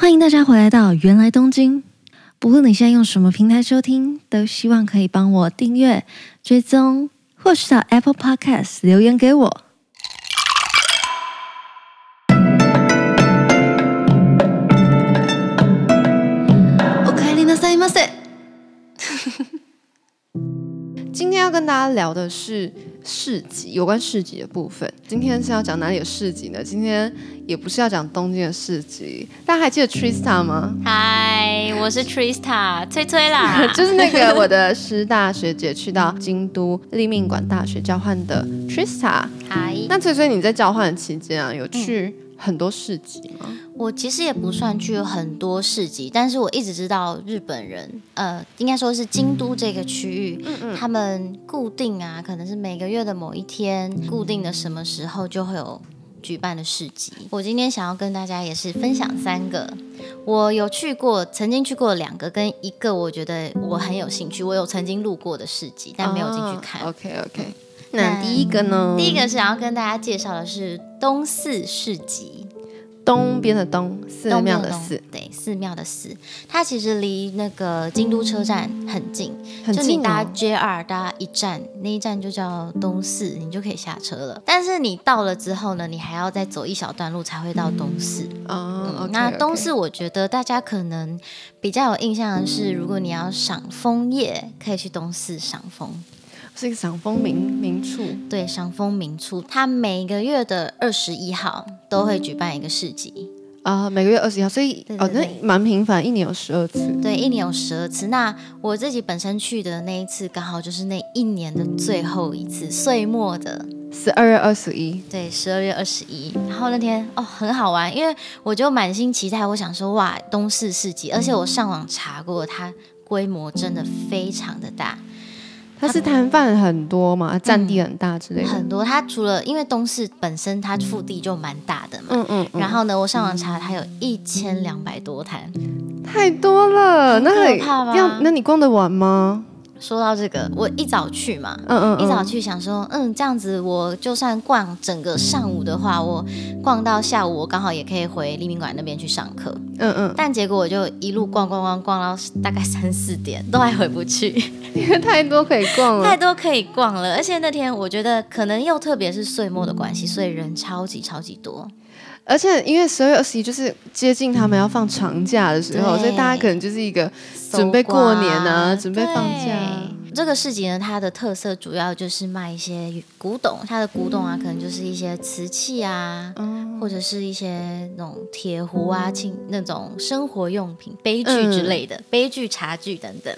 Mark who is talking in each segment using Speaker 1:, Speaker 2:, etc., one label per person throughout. Speaker 1: 欢迎大家回来到原来东京。不论你现在用什么平台收听，都希望可以帮我订阅、追踪，或是到 Apple Podcast 留言给我。おかえりなさいませ。
Speaker 2: 今天要跟大家聊的是市集，有关市集的部分。今天是要讲哪里的市集呢？今天也不是要讲东京的市集。大家还记得 Trista 吗？
Speaker 3: 嗨，我是 Trista 崔崔啦，
Speaker 2: 就是那个我的师大学姐去到京都立命馆大学交换的 Trista。
Speaker 3: 嗨。
Speaker 2: 那崔崔，你在交换的期间啊，有去很多市集吗？
Speaker 3: 我其实也不算去很多市集，但是我一直知道日本人，呃，应该说是京都这个区域，他们固定啊，可能是每个月的某一天，固定的什么时候就会有举办的市集。我今天想要跟大家也是分享三个，我有去过，曾经去过两个，跟一个我觉得我很有兴趣，我有曾经路过的市集，但没有进
Speaker 2: 啊
Speaker 3: 去看。嗯
Speaker 2: OK OK。那第一个呢？
Speaker 3: 第一个想要跟大家介绍的是东四市集，
Speaker 2: 东边的东，寺
Speaker 3: 东
Speaker 2: 庙的
Speaker 3: 面东
Speaker 2: 寺，，
Speaker 3: 对，寺庙的寺，它其实离那个京都车站很近，
Speaker 2: 很
Speaker 3: 就
Speaker 2: 近
Speaker 3: 你搭
Speaker 2: 哦。
Speaker 3: JR 搭一站，那一站就叫东寺，你就可以下车了。但是你到了之后呢，你还要再走一小段路才会到东寺。
Speaker 2: 哦，OK，OK，
Speaker 3: 嗯那东寺，我觉得大家可能比较有印象的是，如果你要赏枫叶，可以去东寺赏枫。
Speaker 2: 是一个赏枫名名处。
Speaker 3: 对，赏枫名处，它每个月的二十一号都会举办一个市集，
Speaker 2: 啊、每个月二十一号，所以
Speaker 3: 对对
Speaker 2: 哦，
Speaker 3: 对
Speaker 2: 那蛮频繁，一年有十二次。
Speaker 3: 对，一年有十二次。那我自己本身去的那一次，刚好就是那一年的最后一次，岁末的，
Speaker 2: 十二月二十一，
Speaker 3: 对，十二月二十一。然后那天哦，很好玩，因为我就满心期待，我想说哇，东市市集，而且我上网查过，它规模真的非常的大，
Speaker 2: 它是摊贩很多嘛，占地很大之类的。
Speaker 3: 嗯很多。它除了因为东市本身它腹地就蛮大的嘛。
Speaker 2: 嗯嗯嗯，
Speaker 3: 然后呢，我上网查，它有一千两百多摊。
Speaker 2: 太多了，那
Speaker 3: 很可怕吧
Speaker 2: 要那你逛得完吗？
Speaker 3: 说到这个，我一早去嘛，
Speaker 2: 嗯嗯，嗯
Speaker 3: 一早去想说，嗯，这样子我就算逛整个上午的话，我逛到下午，我刚好也可以回立明馆那边去上课。
Speaker 2: 嗯嗯，
Speaker 3: 但结果我就一路逛逛逛逛到大概三四点，都还回不去，
Speaker 2: 因为太多可以逛
Speaker 3: 太
Speaker 2: 了。
Speaker 3: 多可以逛了。而且那天我觉得可能又特别是岁末的关系，所以人超级超级多。
Speaker 2: 而且因为十二月二十一就是接近他们要放长假的时候，
Speaker 3: 对
Speaker 2: 所以大家可能就是一个
Speaker 3: 搜刮
Speaker 2: 准备过年啊，准备放假啊。
Speaker 3: 对这个市集呢，它的特色主要就是卖一些古董，它的古董啊，可能就是一些瓷器啊，
Speaker 2: 嗯，
Speaker 3: 或者是一些那种铁壶啊、清那种生活用品、杯具之类的，杯具、茶具等等。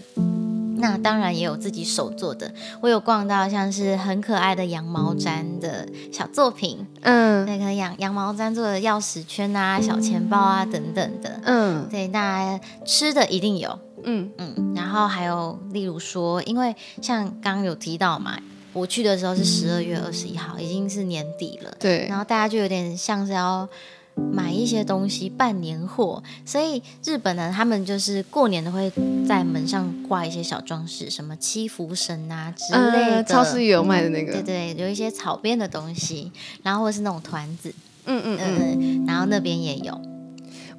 Speaker 3: 那当然也有自己手做的，我有逛到像是很可爱的羊毛毡的小作品，
Speaker 2: 嗯
Speaker 3: 那个羊羊毛毡做的钥匙圈啊、小钱包啊等等的。
Speaker 2: 嗯
Speaker 3: 对，那吃的一定有，
Speaker 2: 嗯，
Speaker 3: 嗯，然后还有例如说，因为像刚刚有提到嘛，我去的时候是十二月二十一号，已经是年底了，
Speaker 2: 对
Speaker 3: 然，后大家就有点像是要买一些东西办年货，所以日本人他们就是过年都会在门上挂一些小装饰，什么七福神啊之类的。
Speaker 2: 嗯，超市也有卖的那
Speaker 3: 对
Speaker 2: 个，
Speaker 3: 对，有一些草编的东西，然后或是那种团子，
Speaker 2: 嗯嗯嗯。
Speaker 3: 嗯，然后那边也有，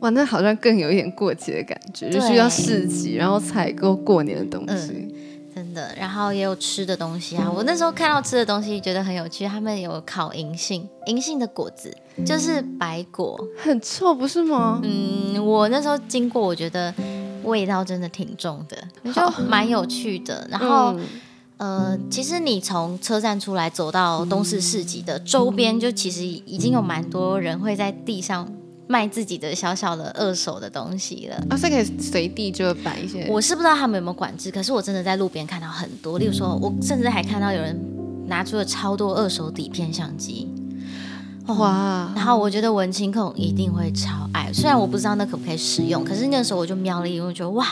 Speaker 2: 哇，那好像更有一点过节的感觉，就
Speaker 3: 对
Speaker 2: 是要市集，然后采购过年的东西。
Speaker 3: 真的，然后也有吃的东西啊。我那时候看到吃的东西觉得很有趣，他们有烤银杏，银杏的果子就是白果，
Speaker 2: 很臭，不是吗？
Speaker 3: 嗯，我那时候经过，我觉得味道真的挺重的，嗯就蛮有趣的。然后、
Speaker 2: 嗯
Speaker 3: 呃，其实你从车站出来走到东市市集的周边，就其实已经有蛮多人会在地上卖自己的小小的二手的东西了。
Speaker 2: 啊，这可以随地就摆一些。
Speaker 3: 我是不知道他们有没有管制，可是我真的在路边看到很多，例如说，我甚至还看到有人拿出了超多二手底片相机。哦
Speaker 2: 哇，
Speaker 3: 然后我觉得文青控一定会超爱，虽然我不知道那可不可以使用，可是那时候我就瞄了一眼，我觉得哇，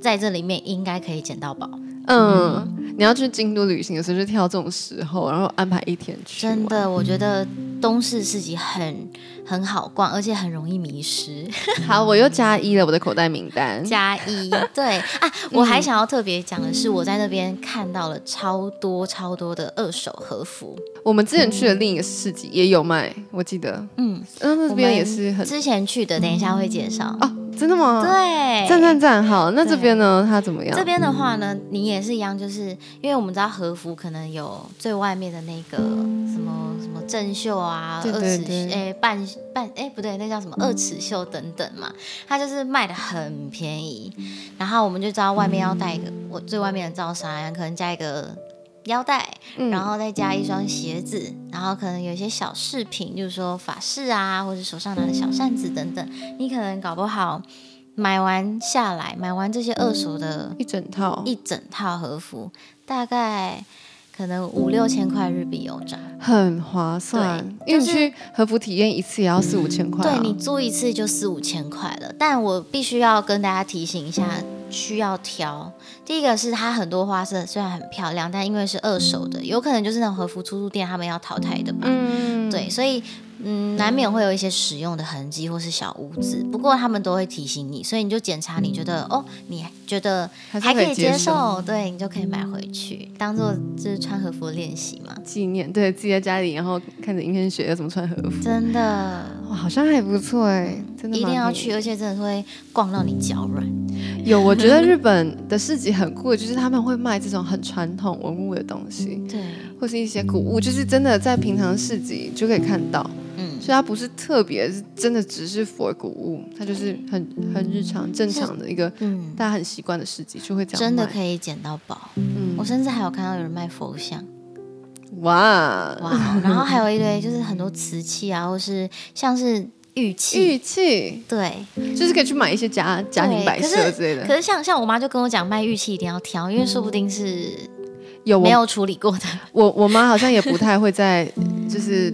Speaker 3: 在这里面应该可以捡到宝，
Speaker 2: 嗯，你要去京都旅行的时候就挑这种时候，然后安排一天去。
Speaker 3: 真，的，我觉得东市市集很很好逛，而且很容易迷失。
Speaker 2: 好，我又加一了我的口袋名单。
Speaker 3: 加 一，对啊，我
Speaker 2: 嗯
Speaker 3: 还想要特别讲的是，我在那边看到了超多超多的二手和服，
Speaker 2: 我们之前去的另一个市集也有卖，我记得，
Speaker 3: 嗯，
Speaker 2: 那那
Speaker 3: 我
Speaker 2: 边
Speaker 3: 们
Speaker 2: 也是很
Speaker 3: 之前去的，等一下会介绍。
Speaker 2: 哦，真的吗？，
Speaker 3: 对，
Speaker 2: 赞赞赞，好，那
Speaker 3: 对
Speaker 2: 这边呢，它怎么样？
Speaker 3: 这边的话
Speaker 2: 嗯
Speaker 3: 呢，你也是一样，就是因为我们知道和服可能有最外面的那个什么什么正袖啊，
Speaker 2: 对
Speaker 3: 二
Speaker 2: 对
Speaker 3: 尺
Speaker 2: 对嗯
Speaker 3: 诶半半诶不对，那叫什么二尺袖等等嘛，它就是卖的很便宜。然后我们就知道外面要带一个我最外面的罩衫，可能加一个腰带，
Speaker 2: 嗯
Speaker 3: 然后再加一双鞋子，然后可能有一些小饰品，就是说法式啊，或者手上拿的小扇子等等，你可能搞不好。买完下来，买完这些二手的
Speaker 2: 一整套，
Speaker 3: 一整套和服，大概可能五六千块日币有找。
Speaker 2: 很划算，
Speaker 3: 对
Speaker 2: 因为你
Speaker 3: 就是
Speaker 2: 去和服体验一次也要四五千块啊。
Speaker 3: 对你租一次就四五千块了，但我必须要跟大家提醒一下，需要挑。第一个是它很多花色虽然很漂亮，但因为是二手的，有可能就是那种和服出租店他们要淘汰的吧。
Speaker 2: 嗯，
Speaker 3: 对，所以嗯，难免会有一些使用的痕迹或是小污渍，不过他们都会提醒你，所以你就检查，你觉得哦，你觉得
Speaker 2: 还是
Speaker 3: 还可
Speaker 2: 可
Speaker 3: 以
Speaker 2: 以接
Speaker 3: 接
Speaker 2: 受
Speaker 3: 受，对你就可以买回去，当做就是穿和服的练习嘛。
Speaker 2: 纪念，对自己在家里，然后看着影片学要怎么穿和服，
Speaker 3: 真的，
Speaker 2: 哇，好像还不错哎，真的
Speaker 3: 一
Speaker 2: 蛮
Speaker 3: 定要
Speaker 2: 便宜
Speaker 3: 去，而且真的会逛到你脚软。
Speaker 2: 有，我觉 得日本的市集很酷，就是他们会卖这种很传统文物的东西，
Speaker 3: 对，
Speaker 2: 或是一些古物，就是真的在平常市集就可以看到，
Speaker 3: 嗯，
Speaker 2: 所以它不是特别，是真的只是 for 古物，它就是很很日常正常的一个
Speaker 3: 嗯，
Speaker 2: 大家很习惯的市集，就会这样
Speaker 3: 真的
Speaker 2: 卖
Speaker 3: 可以捡到宝。
Speaker 2: 嗯
Speaker 3: 我甚至还有看到有人卖佛像，
Speaker 2: 哇，
Speaker 3: 哇！ 然后还有一堆就是很多瓷器啊，或是像是玉器，
Speaker 2: 玉器
Speaker 3: 对，
Speaker 2: 就是可以去买一些家家庭摆设之类
Speaker 3: 可
Speaker 2: 的，
Speaker 3: 是像像我妈就跟我讲，卖玉器一定要挑，因为说不定是
Speaker 2: 有
Speaker 3: 没
Speaker 2: 我
Speaker 3: 有处理过的。
Speaker 2: 我我妈好像也不太会在就是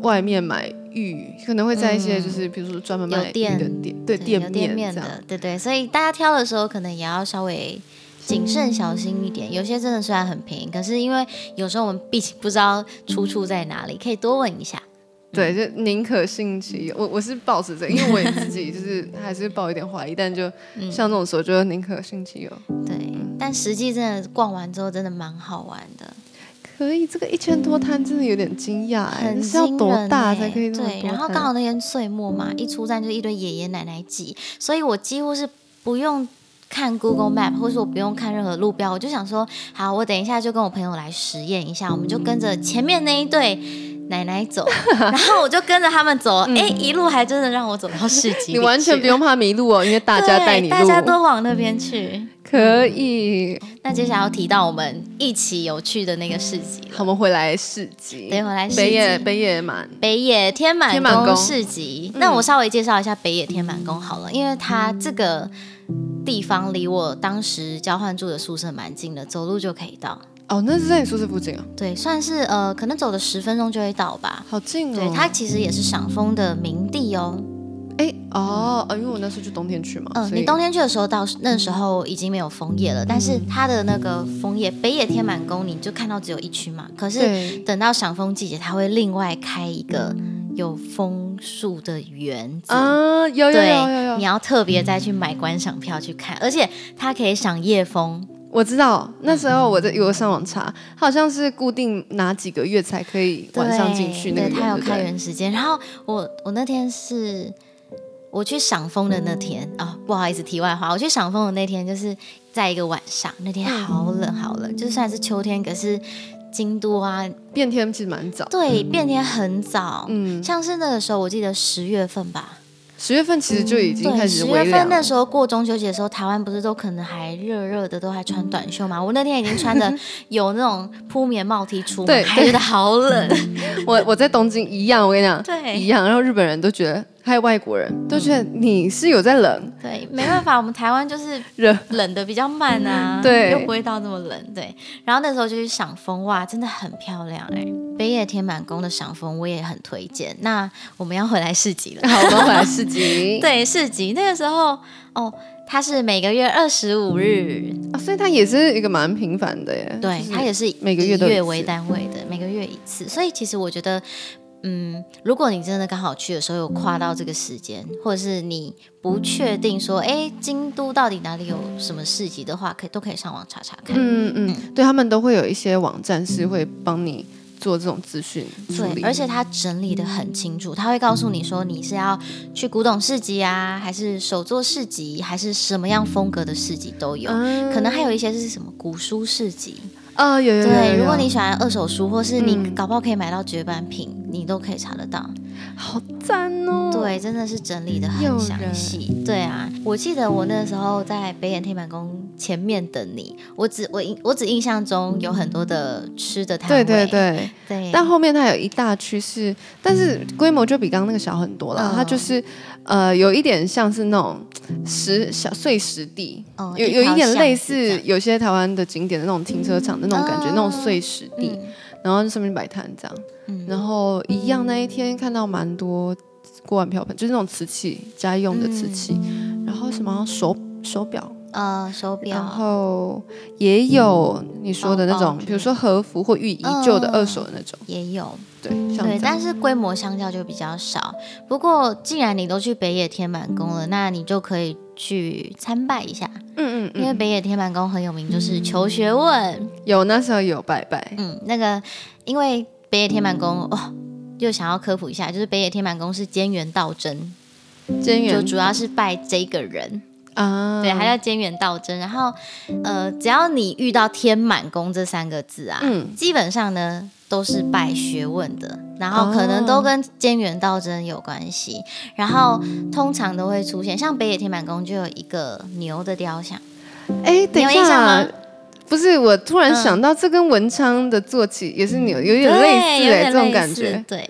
Speaker 2: 外面买玉，可能会在一些就是比如说专门卖
Speaker 3: 嗯有
Speaker 2: 玉
Speaker 3: 店嗯
Speaker 2: 的店，对
Speaker 3: 有
Speaker 2: 店
Speaker 3: 店面
Speaker 2: 这样。
Speaker 3: 的，对对，所以大家挑的时候可能也要稍微谨慎小心一点。有些真的虽然很便宜，可是因为有时候我们毕竟不知道出处在哪里，可以多问一下。
Speaker 2: 对，就宁可信其有。我我是抱 持着，因为我也自己就是还是抱一点怀疑，但
Speaker 3: 嗯
Speaker 2: 就像这种时候，就宁可信其有。
Speaker 3: 对，但实际真的逛完之后，真的蛮好玩的，
Speaker 2: 可以，这个一千多摊真的有点惊讶哎、
Speaker 3: 很
Speaker 2: 那是要
Speaker 3: 惊
Speaker 2: 多
Speaker 3: 人
Speaker 2: 大
Speaker 3: 欸
Speaker 2: 才可以这么多
Speaker 3: 对，然后
Speaker 2: 摊
Speaker 3: 刚好那天岁末嘛，一出站就一堆爷爷奶奶挤，所以我几乎是不用。看 Google Map，或是我不用看任何路标，我就想说，好，我等一下就跟我朋友来实验一下，我们就跟着前面那一对奶奶 走，然后我就跟着他们走，
Speaker 2: 嗯
Speaker 3: 哎、一路还真的让我走到市集里
Speaker 2: 你完全
Speaker 3: 去
Speaker 2: 不用怕迷路哦，因为大家
Speaker 3: 对
Speaker 2: 带你
Speaker 3: 大
Speaker 2: 路，
Speaker 3: 家都往那边去。
Speaker 2: 可以。
Speaker 3: 那接下来要提到我们一起有去的那个市集了
Speaker 2: 好，我们回来市集，
Speaker 3: 对回来市集
Speaker 2: 北野北野满，
Speaker 3: 北野天满
Speaker 2: 天满宫嗯
Speaker 3: 宫市集。那我稍微介绍一下北野天满宫好了，因为它这个地方离我当时交换住的宿舍蛮近的，走路就可以到。
Speaker 2: 哦，那是在你宿舍附近哦，
Speaker 3: 对，算是呃，可能走了十分钟就会到吧。
Speaker 2: 好近哦。
Speaker 3: 对，它其实也是赏枫的名地哦。
Speaker 2: 哎哦哦，因为我那时候就冬天去嘛，
Speaker 3: 嗯、
Speaker 2: 所以嗯
Speaker 3: 你冬天去的时候到那时候已经没有枫叶了，但是它的那个枫叶，北野天满宫你就看到只有一区嘛。可是
Speaker 2: 对
Speaker 3: 等到赏枫季节，它会另外开一个有枫树的园子。
Speaker 2: 嗯啊，有有有有
Speaker 3: 对，你
Speaker 2: 有，
Speaker 3: 要特别再去买观赏票去看，而且它可以赏夜风，
Speaker 2: 我知道那时
Speaker 3: 嗯
Speaker 2: 候我在我上网查，它好像是固定哪几个月才可以晚上进去那个
Speaker 3: 对对，它
Speaker 2: 园，
Speaker 3: 有
Speaker 2: 对不
Speaker 3: 开
Speaker 2: 对？
Speaker 3: 园时间。然后我我那天是我去赏枫的那天
Speaker 2: 嗯
Speaker 3: 啊、不好意思，题外话，我去赏枫的那天就是在一个晚上，那天好冷好
Speaker 2: 嗯
Speaker 3: 冷，就算是秋天，可是京都啊，
Speaker 2: 变天其实蛮早，
Speaker 3: 对，变天很早，
Speaker 2: 嗯，
Speaker 3: 像是那个时候我记得十月份吧，
Speaker 2: 十月份其实就已经开
Speaker 3: 嗯对，
Speaker 2: 始
Speaker 3: 十
Speaker 2: 微
Speaker 3: 月
Speaker 2: 凉
Speaker 3: 份
Speaker 2: 了
Speaker 3: 那。时候过中秋节的时候，台湾不是都可能还热热的，都还穿短
Speaker 2: 嗯
Speaker 3: 袖嘛？我那天已经 穿的有那种铺棉帽 T 出
Speaker 2: 对
Speaker 3: 门，还觉得好冷。
Speaker 2: 我我在东京一样，我跟你讲，
Speaker 3: 对嗯
Speaker 2: 一样。然后日本人都觉得，还有外国人都觉得你是有在冷
Speaker 3: 对，没办法，我们台湾就是
Speaker 2: 热，
Speaker 3: 冷的比较慢啊，
Speaker 2: 嗯对
Speaker 3: 又不会到这么冷。对，然后那时候就去赏枫，哇，真的很漂亮哎、北野天满宫的赏枫我也很推荐。那我们要回来 市集了。
Speaker 2: 好，我们回来市集。
Speaker 3: 对，市集那个时候哦，它是每个月二十五日，
Speaker 2: 啊，所以它也是一个蛮频繁的耶。
Speaker 3: 对
Speaker 2: 嗯就，是
Speaker 3: 它也是
Speaker 2: 每个
Speaker 3: 以
Speaker 2: 月都有一
Speaker 3: 月
Speaker 2: 次
Speaker 3: 为单位的，每个月一次。所以其实我觉得，嗯，如果你真的刚好去的时候有跨到这个时间，或者是你不确定说，哎，京都到底哪里有什么市
Speaker 2: 嗯
Speaker 3: 集的话，可以都可以上网查查看。
Speaker 2: 嗯嗯，对他们都会有一些网站是会帮你做这种资讯处
Speaker 3: 对
Speaker 2: 理，，
Speaker 3: 而且它整理的很清楚，它会告诉你说你是要去古董市集啊，还是手作市集，还是什么样风格的市集都有。
Speaker 2: 嗯
Speaker 3: 可能还有一些是什么古书市集，
Speaker 2: 呃有有有有
Speaker 3: 对，
Speaker 2: 有
Speaker 3: 如果你喜欢二手书，或是你
Speaker 2: 嗯
Speaker 3: 搞不好可以买到绝版品，你都可以查得到。
Speaker 2: 好赞哦，
Speaker 3: 对，真的是整理的
Speaker 2: 诱
Speaker 3: 很
Speaker 2: 人
Speaker 3: 详细。对啊，我记得我那时候在北眼天板宫前面等你，我只我印我只印象中有很多的吃的摊
Speaker 2: 对
Speaker 3: 位，
Speaker 2: 对对，
Speaker 3: 对
Speaker 2: 但后面它有一大区是，但是规模就比刚刚那个小很多了。
Speaker 3: 嗯
Speaker 2: 它就是呃，有一点像是那种石小碎石地，
Speaker 3: 哦
Speaker 2: 有
Speaker 3: 一
Speaker 2: 有
Speaker 3: 条
Speaker 2: 一点
Speaker 3: 巷
Speaker 2: 类
Speaker 3: 子这
Speaker 2: 似
Speaker 3: 样
Speaker 2: 有些台湾的景点的那种停车场的那种感觉，
Speaker 3: 嗯
Speaker 2: 那种碎石地，
Speaker 3: 嗯
Speaker 2: 然后上面摆摊这样。
Speaker 3: 嗯
Speaker 2: 然后一样那一天看到蛮多锅碗瓢盆，就是那种瓷器家用的瓷器，然后什么手手表，
Speaker 3: 呃手
Speaker 2: 然
Speaker 3: 嗯表，
Speaker 2: 后也有你说的那
Speaker 3: 包
Speaker 2: 种
Speaker 3: 包，之
Speaker 2: 比如说和服或浴衣
Speaker 3: 嗯
Speaker 2: 旧的二手的那种，
Speaker 3: 也有，
Speaker 2: 对，像
Speaker 3: 对，
Speaker 2: 这样
Speaker 3: 但是规模相较就比较少。不过，既然你都去北野天满宫了，那你就可以去参拜一下，
Speaker 2: 嗯嗯
Speaker 3: 因为
Speaker 2: 嗯，
Speaker 3: 北野天满宫很有名，就是求学问。
Speaker 2: 有那时候有拜拜，
Speaker 3: 嗯，那个因为北野天满宫哦，又想要科普一下，就是北野天满宫是菅原道真，
Speaker 2: 菅
Speaker 3: 嗯就
Speaker 2: 原
Speaker 3: 主要是拜这个人，
Speaker 2: 啊，
Speaker 3: 对，他叫菅原道真。然后，呃，只要你遇到天满宫这三个字啊，
Speaker 2: 嗯
Speaker 3: 基本上呢都是拜学问的，然后可能
Speaker 2: 哦
Speaker 3: 都跟菅原道真有关系。然后通常都会出现，像北野天满宫就有一个牛的雕像，
Speaker 2: 哎，等一
Speaker 3: 你有印
Speaker 2: 下
Speaker 3: 象
Speaker 2: 啊
Speaker 3: 吗，
Speaker 2: 不是我突然
Speaker 3: 嗯
Speaker 2: 想到，这跟文昌的坐骑也是有有
Speaker 3: 有
Speaker 2: 点类似哎，
Speaker 3: 点
Speaker 2: 这种
Speaker 3: 类
Speaker 2: 感
Speaker 3: 似
Speaker 2: 觉。
Speaker 3: 对。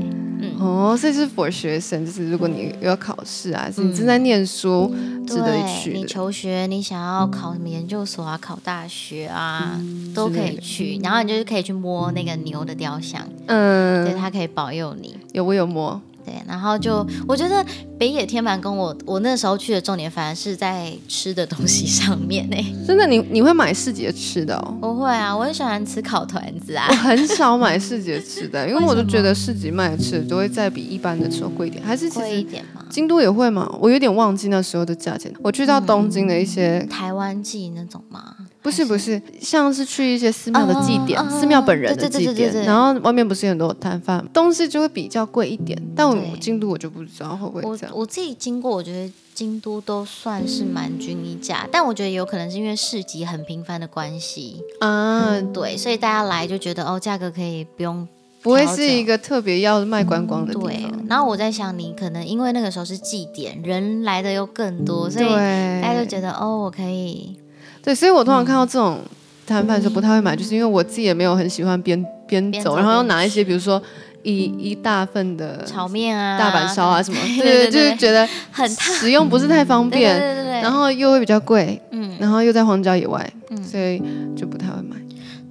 Speaker 2: 哦，所以是 for 学生，就是如果你要考试啊，还是你正在念书，值得一
Speaker 3: 嗯对，
Speaker 2: 去
Speaker 3: 你
Speaker 2: 的。嗯
Speaker 3: 求学，你想要考什么研究所啊，考大学啊，都
Speaker 2: 之
Speaker 3: 可
Speaker 2: 类
Speaker 3: 以
Speaker 2: 的
Speaker 3: 去。然后你就是可以去摸那个牛的雕像，对，
Speaker 2: 嗯，
Speaker 3: 它可以保佑你。
Speaker 2: 有我有摸，
Speaker 3: 对，然后就
Speaker 2: 嗯
Speaker 3: 我觉得北野天满宫，我我那时候去的重点反而是在吃的东西上面呢、
Speaker 2: 真的，你你会买市集的吃的哦。
Speaker 3: 不会啊，我很喜欢吃烤团子啊
Speaker 2: 我。很少买市集的吃 的，因为
Speaker 3: 为
Speaker 2: 我都
Speaker 3: 什么
Speaker 2: 觉得市集卖的吃的都会再比一般的吃的贵一点，还是其
Speaker 3: 贵
Speaker 2: 实
Speaker 3: 一点嘛，
Speaker 2: 京都也会嘛，我有点忘记那时候的价钱。我去到东京的一些，
Speaker 3: 台湾记那种嘛，
Speaker 2: 不是不是，像是去一些寺庙的祭典，
Speaker 3: 嗯嗯嗯
Speaker 2: 寺庙本人的
Speaker 3: 对对对
Speaker 2: 祭
Speaker 3: 对
Speaker 2: 典
Speaker 3: 对，对
Speaker 2: 然后外面不是有很多摊贩，东西就会比较贵一点。但我
Speaker 3: 对
Speaker 2: 京都我就不知道会不会
Speaker 3: 我
Speaker 2: 这样。
Speaker 3: 我自己经过，我觉得京都都算是蛮均一价，但我觉得有可能是因为市集很频繁的关系，
Speaker 2: 啊，
Speaker 3: 对，所以大家来就觉得哦，价格可以不用
Speaker 2: 不会
Speaker 3: 调嗯
Speaker 2: 是
Speaker 3: 整
Speaker 2: 一个特别要卖观光的地嗯
Speaker 3: 对
Speaker 2: 方。。
Speaker 3: 然后我在想，你可能因为那个时候是祭典，人来的又更多，所以大家就
Speaker 2: 嗯对，
Speaker 3: 觉得哦，我可以
Speaker 2: 对，所以我通常看到这种摊贩的时候不太会买，就是因为我自己也没有很喜欢边边
Speaker 3: 嗯边
Speaker 2: 走，
Speaker 3: 走
Speaker 2: 然后要
Speaker 3: 边
Speaker 2: 拿一些
Speaker 3: 吃
Speaker 2: 比如说一一大份的
Speaker 3: 炒面啊，
Speaker 2: 大阪烧啊什么，对，
Speaker 3: 对 对
Speaker 2: 就是
Speaker 3: 对
Speaker 2: 觉得
Speaker 3: 很烫，嗯
Speaker 2: 使用不是太方
Speaker 3: 对对
Speaker 2: 便，
Speaker 3: 对对对。
Speaker 2: 然后又会比较贵，
Speaker 3: 嗯，
Speaker 2: 然后又在荒郊野外，
Speaker 3: 嗯
Speaker 2: 所以就不太会买。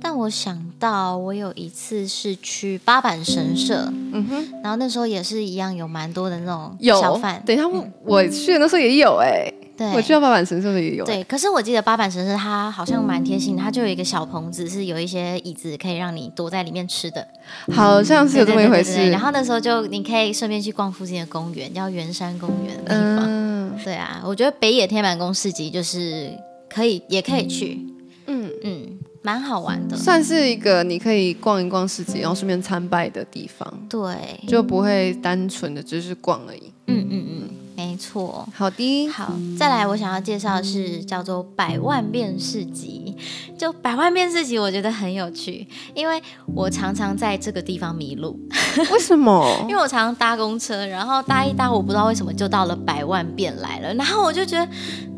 Speaker 3: 但我想到我有一次是去八坂神社，
Speaker 2: 嗯哼，
Speaker 3: 然后那时候也是一样有蛮多的那种小
Speaker 2: 有
Speaker 3: 贩，，嗯
Speaker 2: 等一下我我去的那时候也有哎，
Speaker 3: 对，
Speaker 2: 我去到八坂神社的时候也有，欸
Speaker 3: 对，可是我记得八坂神社它好像蛮贴心的，它就有一个小棚子，是有一些椅子可以让你躲在里面吃的，
Speaker 2: 好像是有这么一回
Speaker 3: 对对对对对
Speaker 2: 事
Speaker 3: 然。后那时候就你可以顺便去逛附近的公园，叫圆山公园的地方。
Speaker 2: 嗯
Speaker 3: 对啊，我觉得北野天满宫市集就是可以，也可以去，
Speaker 2: 嗯，
Speaker 3: 嗯，蛮好玩的。
Speaker 2: 算是一个你可以逛一逛市集，然后顺便参拜的地方，
Speaker 3: 对，
Speaker 2: 就不会单纯的只是逛而已。
Speaker 3: 嗯嗯嗯，没错。
Speaker 2: 好 的，
Speaker 3: 好，再来，我想要介绍的是叫做“百万遍市集”。就“百万遍市集”，我觉得很有趣，因为我常常在这个地方迷路。
Speaker 2: 为什么
Speaker 3: 因？为我常常搭公车，然后搭一搭，我不知道为什么就到了百万遍来了，然后我就觉得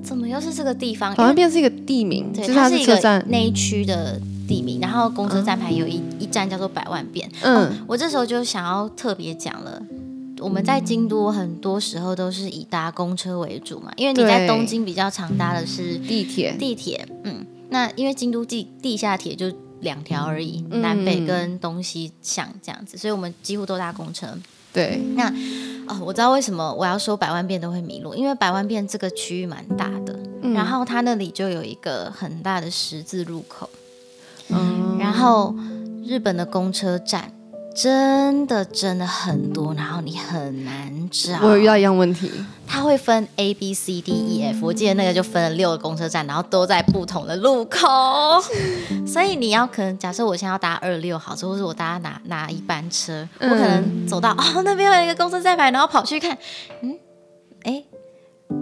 Speaker 3: 怎么又是这个地方？
Speaker 2: 好像
Speaker 3: 因为
Speaker 2: 变是一个地名，就
Speaker 3: 对，
Speaker 2: 是
Speaker 3: 它
Speaker 2: 它
Speaker 3: 是
Speaker 2: 是
Speaker 3: 一
Speaker 2: 车
Speaker 3: 个
Speaker 2: 站。
Speaker 3: 那一区的地名，然后公车站牌有一、一站叫做百万遍。
Speaker 2: 嗯，
Speaker 3: 我这时候就想要特别讲了。我们在京都很多时候都是以搭公车为主嘛，因为你在
Speaker 2: 对
Speaker 3: 东京比较常搭的是
Speaker 2: 地铁。
Speaker 3: 地铁，嗯，那因为京都地地下铁就两条而已，
Speaker 2: 嗯
Speaker 3: 南北跟东西向这样子，所以我们几乎都搭公车。
Speaker 2: 对，
Speaker 3: 哦，我知道为什么我要说百万遍都会迷路，因为百万遍这个区域蛮大的，
Speaker 2: 嗯
Speaker 3: 然后它那里就有一个很大的十字路口，
Speaker 2: 嗯
Speaker 3: 然后日本的公车站真的真的很多，然后你很难找。
Speaker 2: 我有遇到一样问题，
Speaker 3: 它会分 A B C D E F，我记得那个就分了六个公车站，然后都在不同的路口，所以你要可能假设我现在要搭二六好车，或者我搭哪哪一班车，
Speaker 2: 嗯
Speaker 3: 我可能走到、哦那边有一个公车在排，然后跑去看，嗯，哎，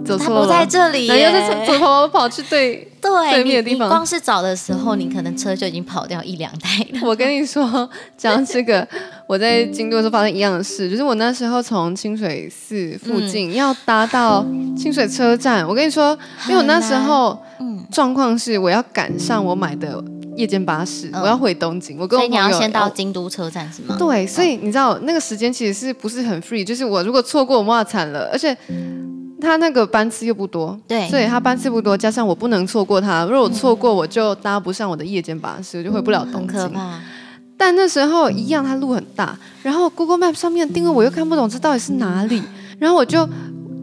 Speaker 2: 走
Speaker 3: 它
Speaker 2: 错了，
Speaker 3: 不在这里
Speaker 2: 然后
Speaker 3: 耶，
Speaker 2: 又在走头跑去对对
Speaker 3: 对，
Speaker 2: 面的
Speaker 3: 你
Speaker 2: 地
Speaker 3: 你
Speaker 2: 方
Speaker 3: 光是找的时候，你可能车就已经跑掉一两台了。
Speaker 2: 我跟你说，讲这个，我在京都的时候发生一样的事，就是我那时候从清水寺附
Speaker 3: 嗯
Speaker 2: 近要搭到清水车站。我跟你说，因为我那时候
Speaker 3: 嗯，
Speaker 2: 状况是我要赶上我买的夜间巴士，
Speaker 3: 嗯
Speaker 2: 我要回东京。我跟
Speaker 3: 所
Speaker 2: 我
Speaker 3: 以你
Speaker 2: 朋友
Speaker 3: 要先到
Speaker 2: 要
Speaker 3: 京都车站是吗？
Speaker 2: 对，所以你知道那个时间其实是不是很 free？就是我如果错过，我骂惨了，而且。他那个班次又不多，
Speaker 3: 对
Speaker 2: 所以他班次不多，加上我不能错过他。如果我错过，我就搭不上我的夜间巴士，我就回不了
Speaker 3: 嗯很
Speaker 2: 东京。
Speaker 3: 可怕。
Speaker 2: 但那时候一样，它路很大，然后 Google Map 上面的定位我又看不懂这到底是哪里，然后我就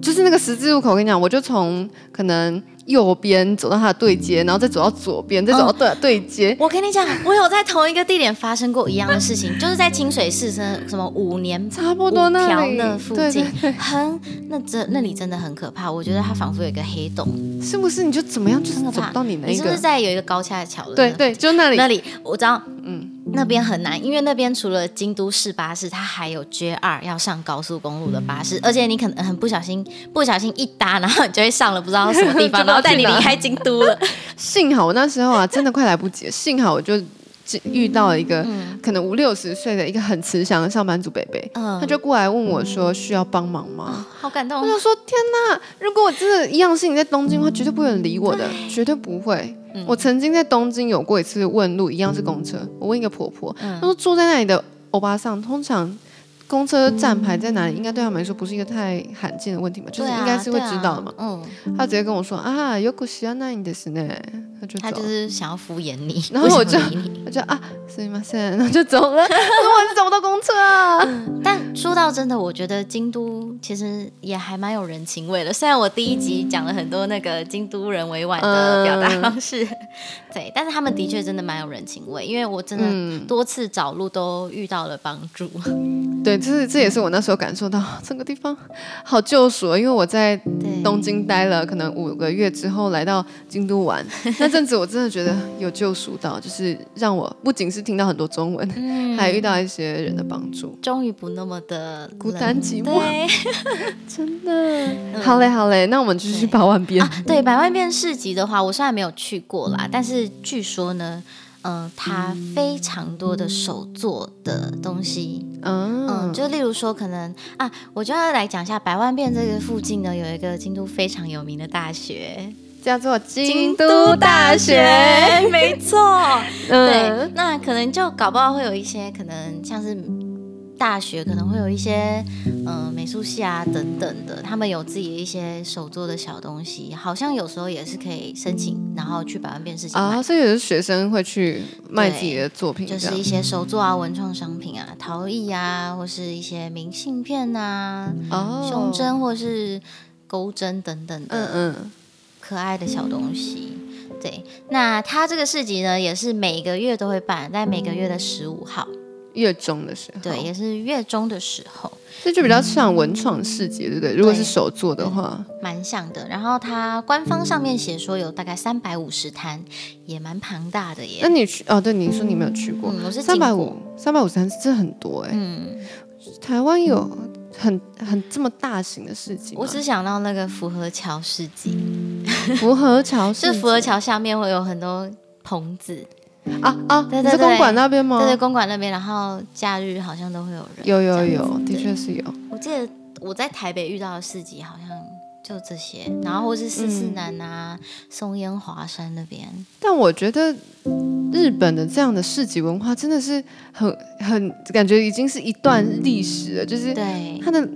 Speaker 2: 就是那个十字路口，我跟你讲，我就从可能右边走到它的对街，然后再走到左边，再走
Speaker 3: 哦
Speaker 2: 到对对街，
Speaker 3: 我跟你讲，我有在同一个地点发生过一样的事情，就是在清水寺什什么五年
Speaker 2: 差不多
Speaker 3: 五
Speaker 2: 那
Speaker 3: 条
Speaker 2: 里
Speaker 3: 那附
Speaker 2: 对
Speaker 3: 近
Speaker 2: 对，
Speaker 3: 很那真那里真的很可怕。我觉得它仿佛有一个黑洞，
Speaker 2: 对，是不是你就怎么样，就是
Speaker 3: 很可
Speaker 2: 走
Speaker 3: 怕。
Speaker 2: 不到你那
Speaker 3: 你
Speaker 2: 一
Speaker 3: 是不
Speaker 2: 个
Speaker 3: 是，在有一个高架桥的
Speaker 2: 对
Speaker 3: 那
Speaker 2: 对，就那里，
Speaker 3: 那里我知道
Speaker 2: 嗯，
Speaker 3: 那边很难，因为那边除了京都市巴士，它还有 JR 要上高速公路的巴
Speaker 2: 嗯
Speaker 3: 士，而且你可能很不小心，不小心一搭，然后你就会上了不知道什么
Speaker 2: 就
Speaker 3: 地
Speaker 2: 不知道
Speaker 3: 方，然后带你
Speaker 2: 去哪
Speaker 3: 离开京都 了。
Speaker 2: 幸好我那时候啊，真的快来不及了，幸好我就。遇到了一个、可能五六十岁的一个很慈祥的上班族伯伯，
Speaker 3: 嗯
Speaker 2: 他就过来问我说：“需要帮忙吗？”
Speaker 3: 哦好感动
Speaker 2: 我，想说，天哪！如果我真的一样事情在东京的话，绝对不会有人理我的，绝对不会。
Speaker 3: 嗯
Speaker 2: 我曾经在东京有过一次问路，一样是公车，我问一个婆婆，
Speaker 3: 嗯
Speaker 2: 她说住在那里的欧巴桑，通常公车站牌在哪里，应该对他们来说不是一个太罕见的问题嘛，就是
Speaker 3: 对啊
Speaker 2: 应该是会知道的嘛。
Speaker 3: 对啊嗯，
Speaker 2: 她直接跟我说啊，有口西安那你的是呢，她就
Speaker 3: 他
Speaker 2: 走
Speaker 3: 就
Speaker 2: 了，
Speaker 3: 是想要敷衍你，
Speaker 2: 然后我就
Speaker 3: 不想理你
Speaker 2: 她就啊，すみません，然后就走了。我还是找不到公车啊。
Speaker 3: 嗯但说到真的，我觉得京都其实也还蛮有人情味的。虽然我第一集讲了很多那个京都人委婉
Speaker 2: 嗯
Speaker 3: 的表达方式， 对，但是他们的确真的蛮有人情味，因为我真
Speaker 2: 嗯
Speaker 3: 的多次找路都遇到了帮助。
Speaker 2: 对，这是这也是我那时候感受到这个地方好救赎哦，因为我在
Speaker 3: 对，
Speaker 2: 东京待了可能五个月之后，来到京都 玩，那阵子我真的觉得有救赎到，就是让我不仅是听到很多中文，
Speaker 3: 嗯
Speaker 2: 还遇到一些人的帮助，
Speaker 3: 终于不那么的冷
Speaker 2: 孤单寂寞，
Speaker 3: 对
Speaker 2: 真的。好嘞，好嘞，那我们继续八万遍。
Speaker 3: 啊，对，百万遍市集的话，我虽然没有去过啦，但是据说呢，呃，它非常多的手做的东西，嗯，
Speaker 2: 嗯，
Speaker 3: 就例如说，可能啊，我就要来讲一下百万遍这个附近呢，有一个京都非常有名的大学
Speaker 2: 叫做
Speaker 3: ——
Speaker 2: 京都大学。，
Speaker 3: 没错。对
Speaker 2: 嗯，，
Speaker 3: 那可能就搞不好会有一些可能像是大学可能会有一些呃美术系啊等等的，他们有自己的一些手做的小东西，好像有时候也是可以申请，然后去百万遍市集买。
Speaker 2: 啊，所以有些学生会去卖自己的作品，这
Speaker 3: 就是一
Speaker 2: 样
Speaker 3: 些手作啊、文创商品啊、陶艺啊，或是一些明信片啊、
Speaker 2: 哦
Speaker 3: 胸针或是钩针等等
Speaker 2: 嗯
Speaker 3: 的
Speaker 2: 嗯，
Speaker 3: 可爱的小东西。对，那它这个市集呢，也是每个月都会办，在每个月的十五号，
Speaker 2: 月中的时候，
Speaker 3: 对，也是月中的时候，
Speaker 2: 这就比较像文创市集，对不对？如嗯果是手做的话，
Speaker 3: 蛮像的。然后它官方上面写说有大概三百五十摊，也蛮庞大的
Speaker 2: 那
Speaker 3: 耶。
Speaker 2: 你去哦，对，你说你没有去过，
Speaker 3: 嗯，我是
Speaker 2: 三
Speaker 3: 经
Speaker 2: 百
Speaker 3: 过
Speaker 2: 五，三百五三真的很多哎、
Speaker 3: 嗯，
Speaker 2: 台湾有很很这么大型的市集吗，
Speaker 3: 我只想到那个福和桥市 集，
Speaker 2: 嗯福和桥市
Speaker 3: 就
Speaker 2: 集
Speaker 3: 福和桥下面会有很多棚子，
Speaker 2: 啊啊，
Speaker 3: 对对
Speaker 2: 你在
Speaker 3: 对
Speaker 2: 公馆那边吗？
Speaker 3: 对对，公馆那边，然后假日好像都会有人。
Speaker 2: 有有
Speaker 3: 这样
Speaker 2: 有，
Speaker 3: 子
Speaker 2: 的
Speaker 3: 对
Speaker 2: 确是有。
Speaker 3: 我记得我在台北遇到的市集好像就这些，然后或是四
Speaker 2: 嗯
Speaker 3: 四南啊、松烟华山那边，
Speaker 2: 但我觉得日本的这样的市集文化真的是很很感觉已经是一段历史了，就是
Speaker 3: 对，
Speaker 2: 它的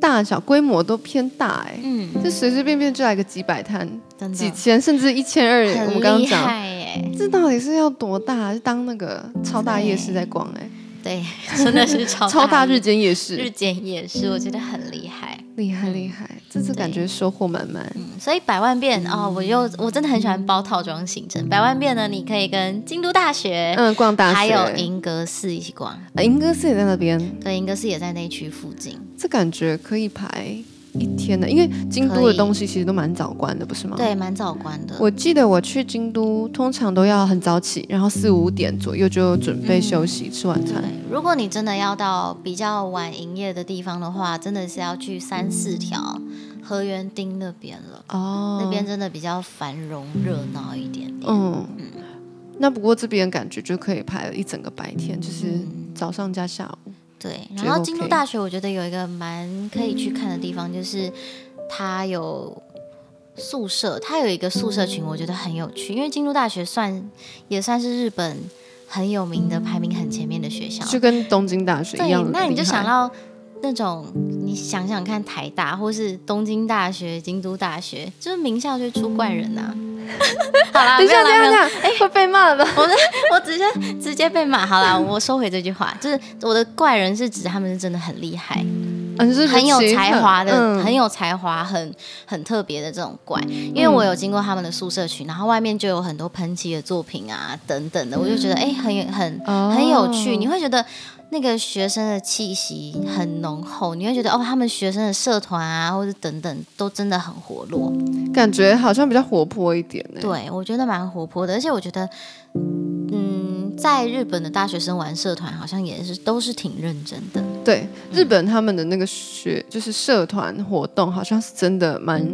Speaker 2: 大小规模都偏大哎、
Speaker 3: 嗯，
Speaker 2: 就随随便便就来个几百摊、
Speaker 3: 真
Speaker 2: 几
Speaker 3: 的
Speaker 2: 千甚至一千二，我们
Speaker 3: 很
Speaker 2: 刚刚
Speaker 3: 厉
Speaker 2: 讲，
Speaker 3: 害耶。
Speaker 2: 这到底是要多大？是当那个超大夜市在逛哎、
Speaker 3: 对，真的是超
Speaker 2: 超大
Speaker 3: 日
Speaker 2: 日间夜
Speaker 3: 日嗯
Speaker 2: 市，
Speaker 3: 间夜市，我觉得很厉害。
Speaker 2: 厉害厉害，这次感觉
Speaker 3: 嗯
Speaker 2: 收获满满。
Speaker 3: 所以百万遍哦，我又我真的很喜欢包套装行程。百万遍呢，你可以跟京都大学，
Speaker 2: 嗯，逛大学，
Speaker 3: 还有银阁寺一起逛。
Speaker 2: 呃银哥寺也在那边，
Speaker 3: 对，银阁寺也在那区附近。
Speaker 2: 这感觉可以排一天的，因为京都
Speaker 3: 可
Speaker 2: 的
Speaker 3: 以
Speaker 2: 东西其实都蛮早关的，不是吗？。
Speaker 3: 对，蛮早关的。
Speaker 2: 嗯我记得我去京都，通常都要很早起，然后四五点左右就准备休息、吃晚餐
Speaker 3: 对。，如果你真的要到比较晚营业的地方的话，真的是要去三四条河园町那边了。
Speaker 2: 哦，
Speaker 3: 那边真的比较繁荣热闹一点点。
Speaker 2: 嗯，那不过这边感觉就可以排了一整个白天，就是
Speaker 3: 嗯
Speaker 2: 早上加下午。
Speaker 3: 对，
Speaker 2: 觉
Speaker 3: 然后
Speaker 2: 得
Speaker 3: 京都
Speaker 2: OK
Speaker 3: 大学我觉得有一个蛮可以去看的地方，就是它有宿舍，它有一个宿舍群，我觉得很有趣，因为京都大学算也算是日本很有名的，排名很前面的学校。
Speaker 2: 就跟东京大学一
Speaker 3: 对
Speaker 2: 样，
Speaker 3: 那你就
Speaker 2: 厉害
Speaker 3: 想到那种，你想想看，台大或是东京大学、京都大学，就是名校就会出怪人呐、啊 好啦，
Speaker 2: 等一下，
Speaker 3: 啊没
Speaker 2: 等
Speaker 3: 有
Speaker 2: 一
Speaker 3: 啦没
Speaker 2: 下，
Speaker 3: 有啦哎
Speaker 2: 等一下，会被骂的。
Speaker 3: 我我直接直接被骂，好啦，我收回这句话，就是我的怪人是指他们是真的很厉害，
Speaker 2: 啊你是
Speaker 3: 嗯很有
Speaker 2: 其实
Speaker 3: 才华的，
Speaker 2: 嗯
Speaker 3: 很有才华，很很特别的这种怪。因为我有经过他们的宿舍群，然后外面就有很多喷漆的作品啊等等的，我就觉得哎、很有很
Speaker 2: 嗯哦
Speaker 3: 很有趣，你会觉得。那个学生的气息很浓厚，你会觉得哦，他们学生的社团啊，或者等等，都真的很活络。
Speaker 2: 感觉好像比较活泼一点欸呢。
Speaker 3: 对，我觉得蛮活泼的，而且我觉得，嗯，在日本的大学生玩社团好像也是都是挺认真的。
Speaker 2: 对，日本他们的那个学就是社团活动，好像是真的蛮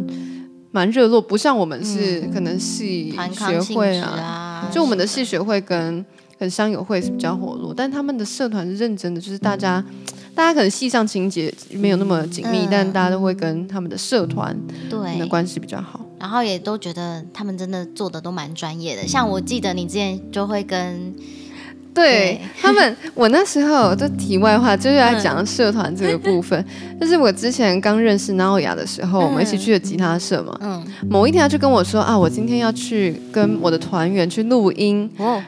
Speaker 2: 蛮热络，不像我们是可能系
Speaker 3: 嗯团
Speaker 2: 学
Speaker 3: 康性
Speaker 2: 会
Speaker 3: 质
Speaker 2: 啊，
Speaker 3: 啊，
Speaker 2: 就我们的系学会跟跟商友会是比较活络，但他们的社团是认真的，就是大家。大家可能系上情节没有那么紧密，
Speaker 3: 嗯
Speaker 2: 但大家都会跟他们的社团的
Speaker 3: 对，
Speaker 2: 关系比较好。
Speaker 3: 然后也都觉得他们真的做的都蛮专业的。像我记得你之前就会跟
Speaker 2: 对
Speaker 3: 对
Speaker 2: 他们，我那时候就题外话，就是来讲社团这个部分。
Speaker 3: 嗯
Speaker 2: 就是我之前刚认识娜欧雅的时候，我们一起去的吉他社嘛。
Speaker 3: 嗯
Speaker 2: 某一天他就跟我说啊，我今天要去跟我的团员去录音，
Speaker 3: 哦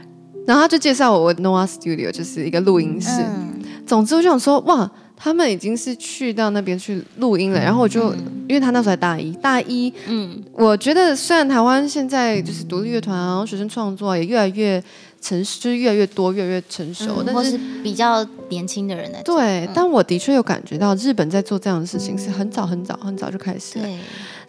Speaker 2: 然后他就介绍我我 Noah Studio 就是一个录音室。
Speaker 3: 嗯
Speaker 2: 总之我就想说哇。他们已经是去到那边去录音了，然后我就、因为他那时候才大一，大一
Speaker 3: 嗯
Speaker 2: 我觉得虽然台湾现在就是独立乐团啊，然后学生创作啊也越来越成熟，就是越来越多，越来越成熟，
Speaker 3: 嗯，
Speaker 2: 但
Speaker 3: 或
Speaker 2: 是
Speaker 3: 是比较年轻的人来做。
Speaker 2: 对，但我的确有感觉到日本在做这样的事情是很早很早很早就开始了。
Speaker 3: 对，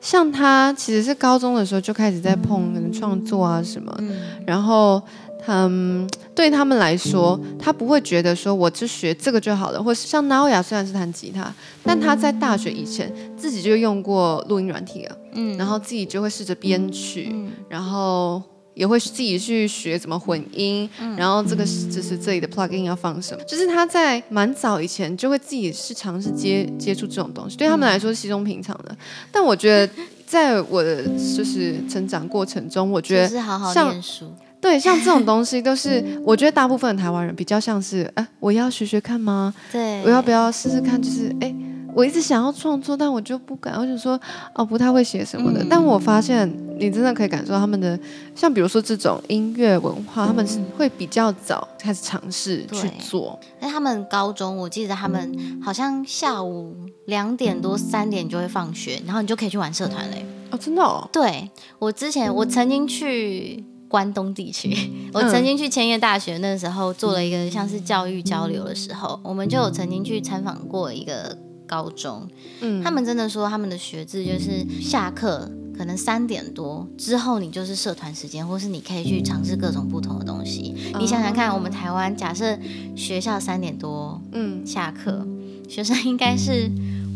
Speaker 2: 像他其实是高中的时候就开始在碰可能创作啊什么，
Speaker 3: 嗯
Speaker 2: 然后他们对他们来说，他不会觉得说我只学这个就好了，或是像 Naoya 虽然是弹吉他，但他在大学以前自己就用过录音软体了，
Speaker 3: 嗯
Speaker 2: 然后自己就会试着编曲，然后。也会自己去学怎么混音，然后这个是就是这里的 plugin 要放什么，就是他在蛮早以前就会自己是尝试接接触这种东西，对他们来说是稀松平常的。但我觉得在我的就是成长过程中，我觉得
Speaker 3: 就是好好
Speaker 2: 像
Speaker 3: 念书。
Speaker 2: 对，像这种东西都是，我觉得大部分的台湾人比较像是，哎、我要学学看吗？
Speaker 3: 对，
Speaker 2: 我要不要试试看？就是，哎、我一直想要创作，但我就不敢，我就说，哦，不太会写什么的。但我
Speaker 3: 嗯
Speaker 2: 发现，你真的可以感受到他们的，像比如说这种音乐文化，他们是会比较早开始尝试去
Speaker 3: 嗯对
Speaker 2: 做。
Speaker 3: 那哎他们高中，我记得他们好像下午两点多、三点就会放学，然后你就可以去玩社团嘞。
Speaker 2: 哦，真的哦，
Speaker 3: 对我之前，我曾经去关东地区， 我曾经去千叶大学那时候做了一个像是教育交流的时候，我们就有曾经去参访过一个高中，
Speaker 2: 嗯
Speaker 3: 他们真的说他们的学制就是下课可能三点多之后，你就是社团时间，或是你可以去尝试各种不同的东西。你想想看，我们台湾假设学校三点多
Speaker 2: 嗯，
Speaker 3: 下课，学生应该是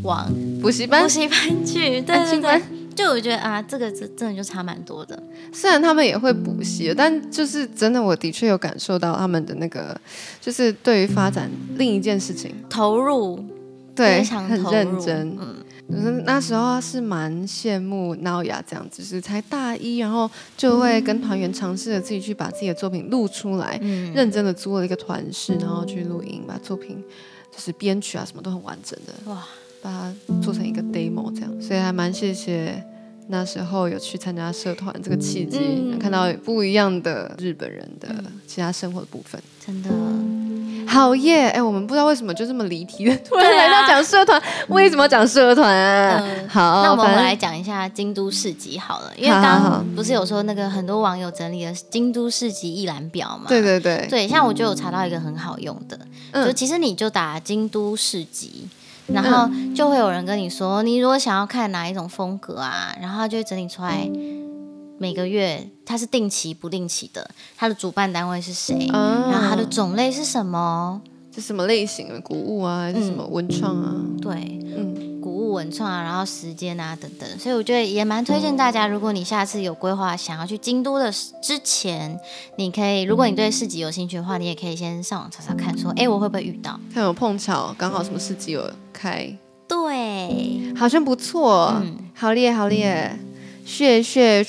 Speaker 3: 往
Speaker 2: 补习班
Speaker 3: 补习班去，对
Speaker 2: 安
Speaker 3: 对
Speaker 2: 亲班
Speaker 3: 对。就我觉得啊，这个真真的就差蛮多的，
Speaker 2: 虽然他们也会补习，但就是真的，我的确有感受到他们的那个，就是对于发展另一件事情。
Speaker 3: 投入
Speaker 2: 对，
Speaker 3: 非常
Speaker 2: 很
Speaker 3: 投入
Speaker 2: 认真。
Speaker 3: 嗯，
Speaker 2: 就是那时候是蛮羡慕 n 雅这样子，就是才大一，然后就会跟团员尝试着自己去把自己的作品录出来，
Speaker 3: 嗯
Speaker 2: 认真的租了一个团室，然后去录音，把作品就是编曲啊什么都很完整的，
Speaker 3: 哇，
Speaker 2: 把它做成一个 demo 这样，所以还蛮谢谢。那时候有去参加社团这个契机，
Speaker 3: 嗯
Speaker 2: 看到不一样的日本人的其他生活的部分。
Speaker 3: 真的
Speaker 2: 好耶！哎，我们不知道为什么就这么离题的，突然
Speaker 3: 对啊
Speaker 2: 来到讲社团，为什么讲社团啊？
Speaker 3: 嗯
Speaker 2: 好，
Speaker 3: 那我们
Speaker 2: 反正
Speaker 3: 来讲一下京都市集好了，因为
Speaker 2: 好好
Speaker 3: 刚
Speaker 2: 好
Speaker 3: 刚不是有说那个很多网友整理了京都市集一览表嘛？
Speaker 2: 对对对，
Speaker 3: 对，像我就有查到一个很好用的，
Speaker 2: 嗯
Speaker 3: 就其实你就打京都市集，然后就会有人跟你说，你如果想要看哪一种风格啊，然后他就会整理出来。每个月它是定期不定期的，它的主办单位是谁，
Speaker 2: 啊
Speaker 3: 然后它的种类是什么？
Speaker 2: 是什么类型的古物啊，还是什么
Speaker 3: 嗯
Speaker 2: 文创啊？
Speaker 3: 对，
Speaker 2: 嗯，
Speaker 3: 古物文创啊，然后时间啊等等，所以我觉得也蛮推荐大家，如果你下次有规划想要去京都的时之前，你可以，如果你对市集有兴趣的话，你也可以先上网查查看，说，哎，我会不会遇到？
Speaker 2: 看有碰巧刚好什么市集有开，
Speaker 3: 对，
Speaker 2: 好像不错，
Speaker 3: 嗯
Speaker 2: 好厉害，好厉害。谢谢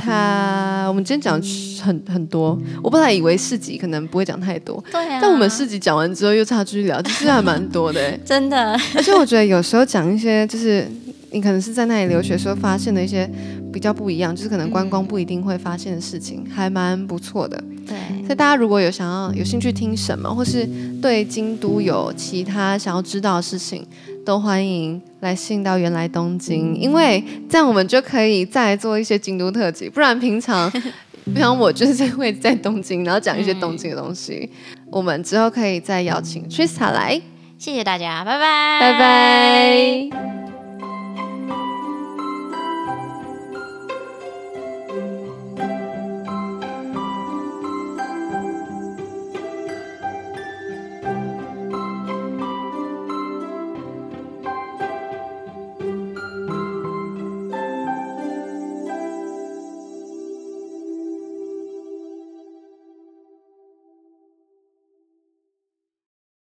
Speaker 2: Trista，我们今天讲很很多，我本来以为市集可能不会讲太多，
Speaker 3: 对啊。
Speaker 2: 但我们市集讲完之后又差距聊，其实还蛮多的、欸。
Speaker 3: 真的，
Speaker 2: 而且我觉得有时候讲一些，就是你可能是在那里留学的时候发现的一些比较不一样，就是可能观光不一定会发现的事情，还蛮不错的。
Speaker 3: 对，
Speaker 2: 所以大家如果有想要有兴趣听什么，或是对京都有其他想要知道的事情，都欢迎来信到原来东京，因为这样我们就可以再做一些京都特辑。不然平 常，平常我就是会在东京，然后讲一些
Speaker 3: 嗯
Speaker 2: 东京的东西。我们之后可以再邀请 Trista 来，
Speaker 3: 谢谢大家，拜拜，
Speaker 2: 拜拜。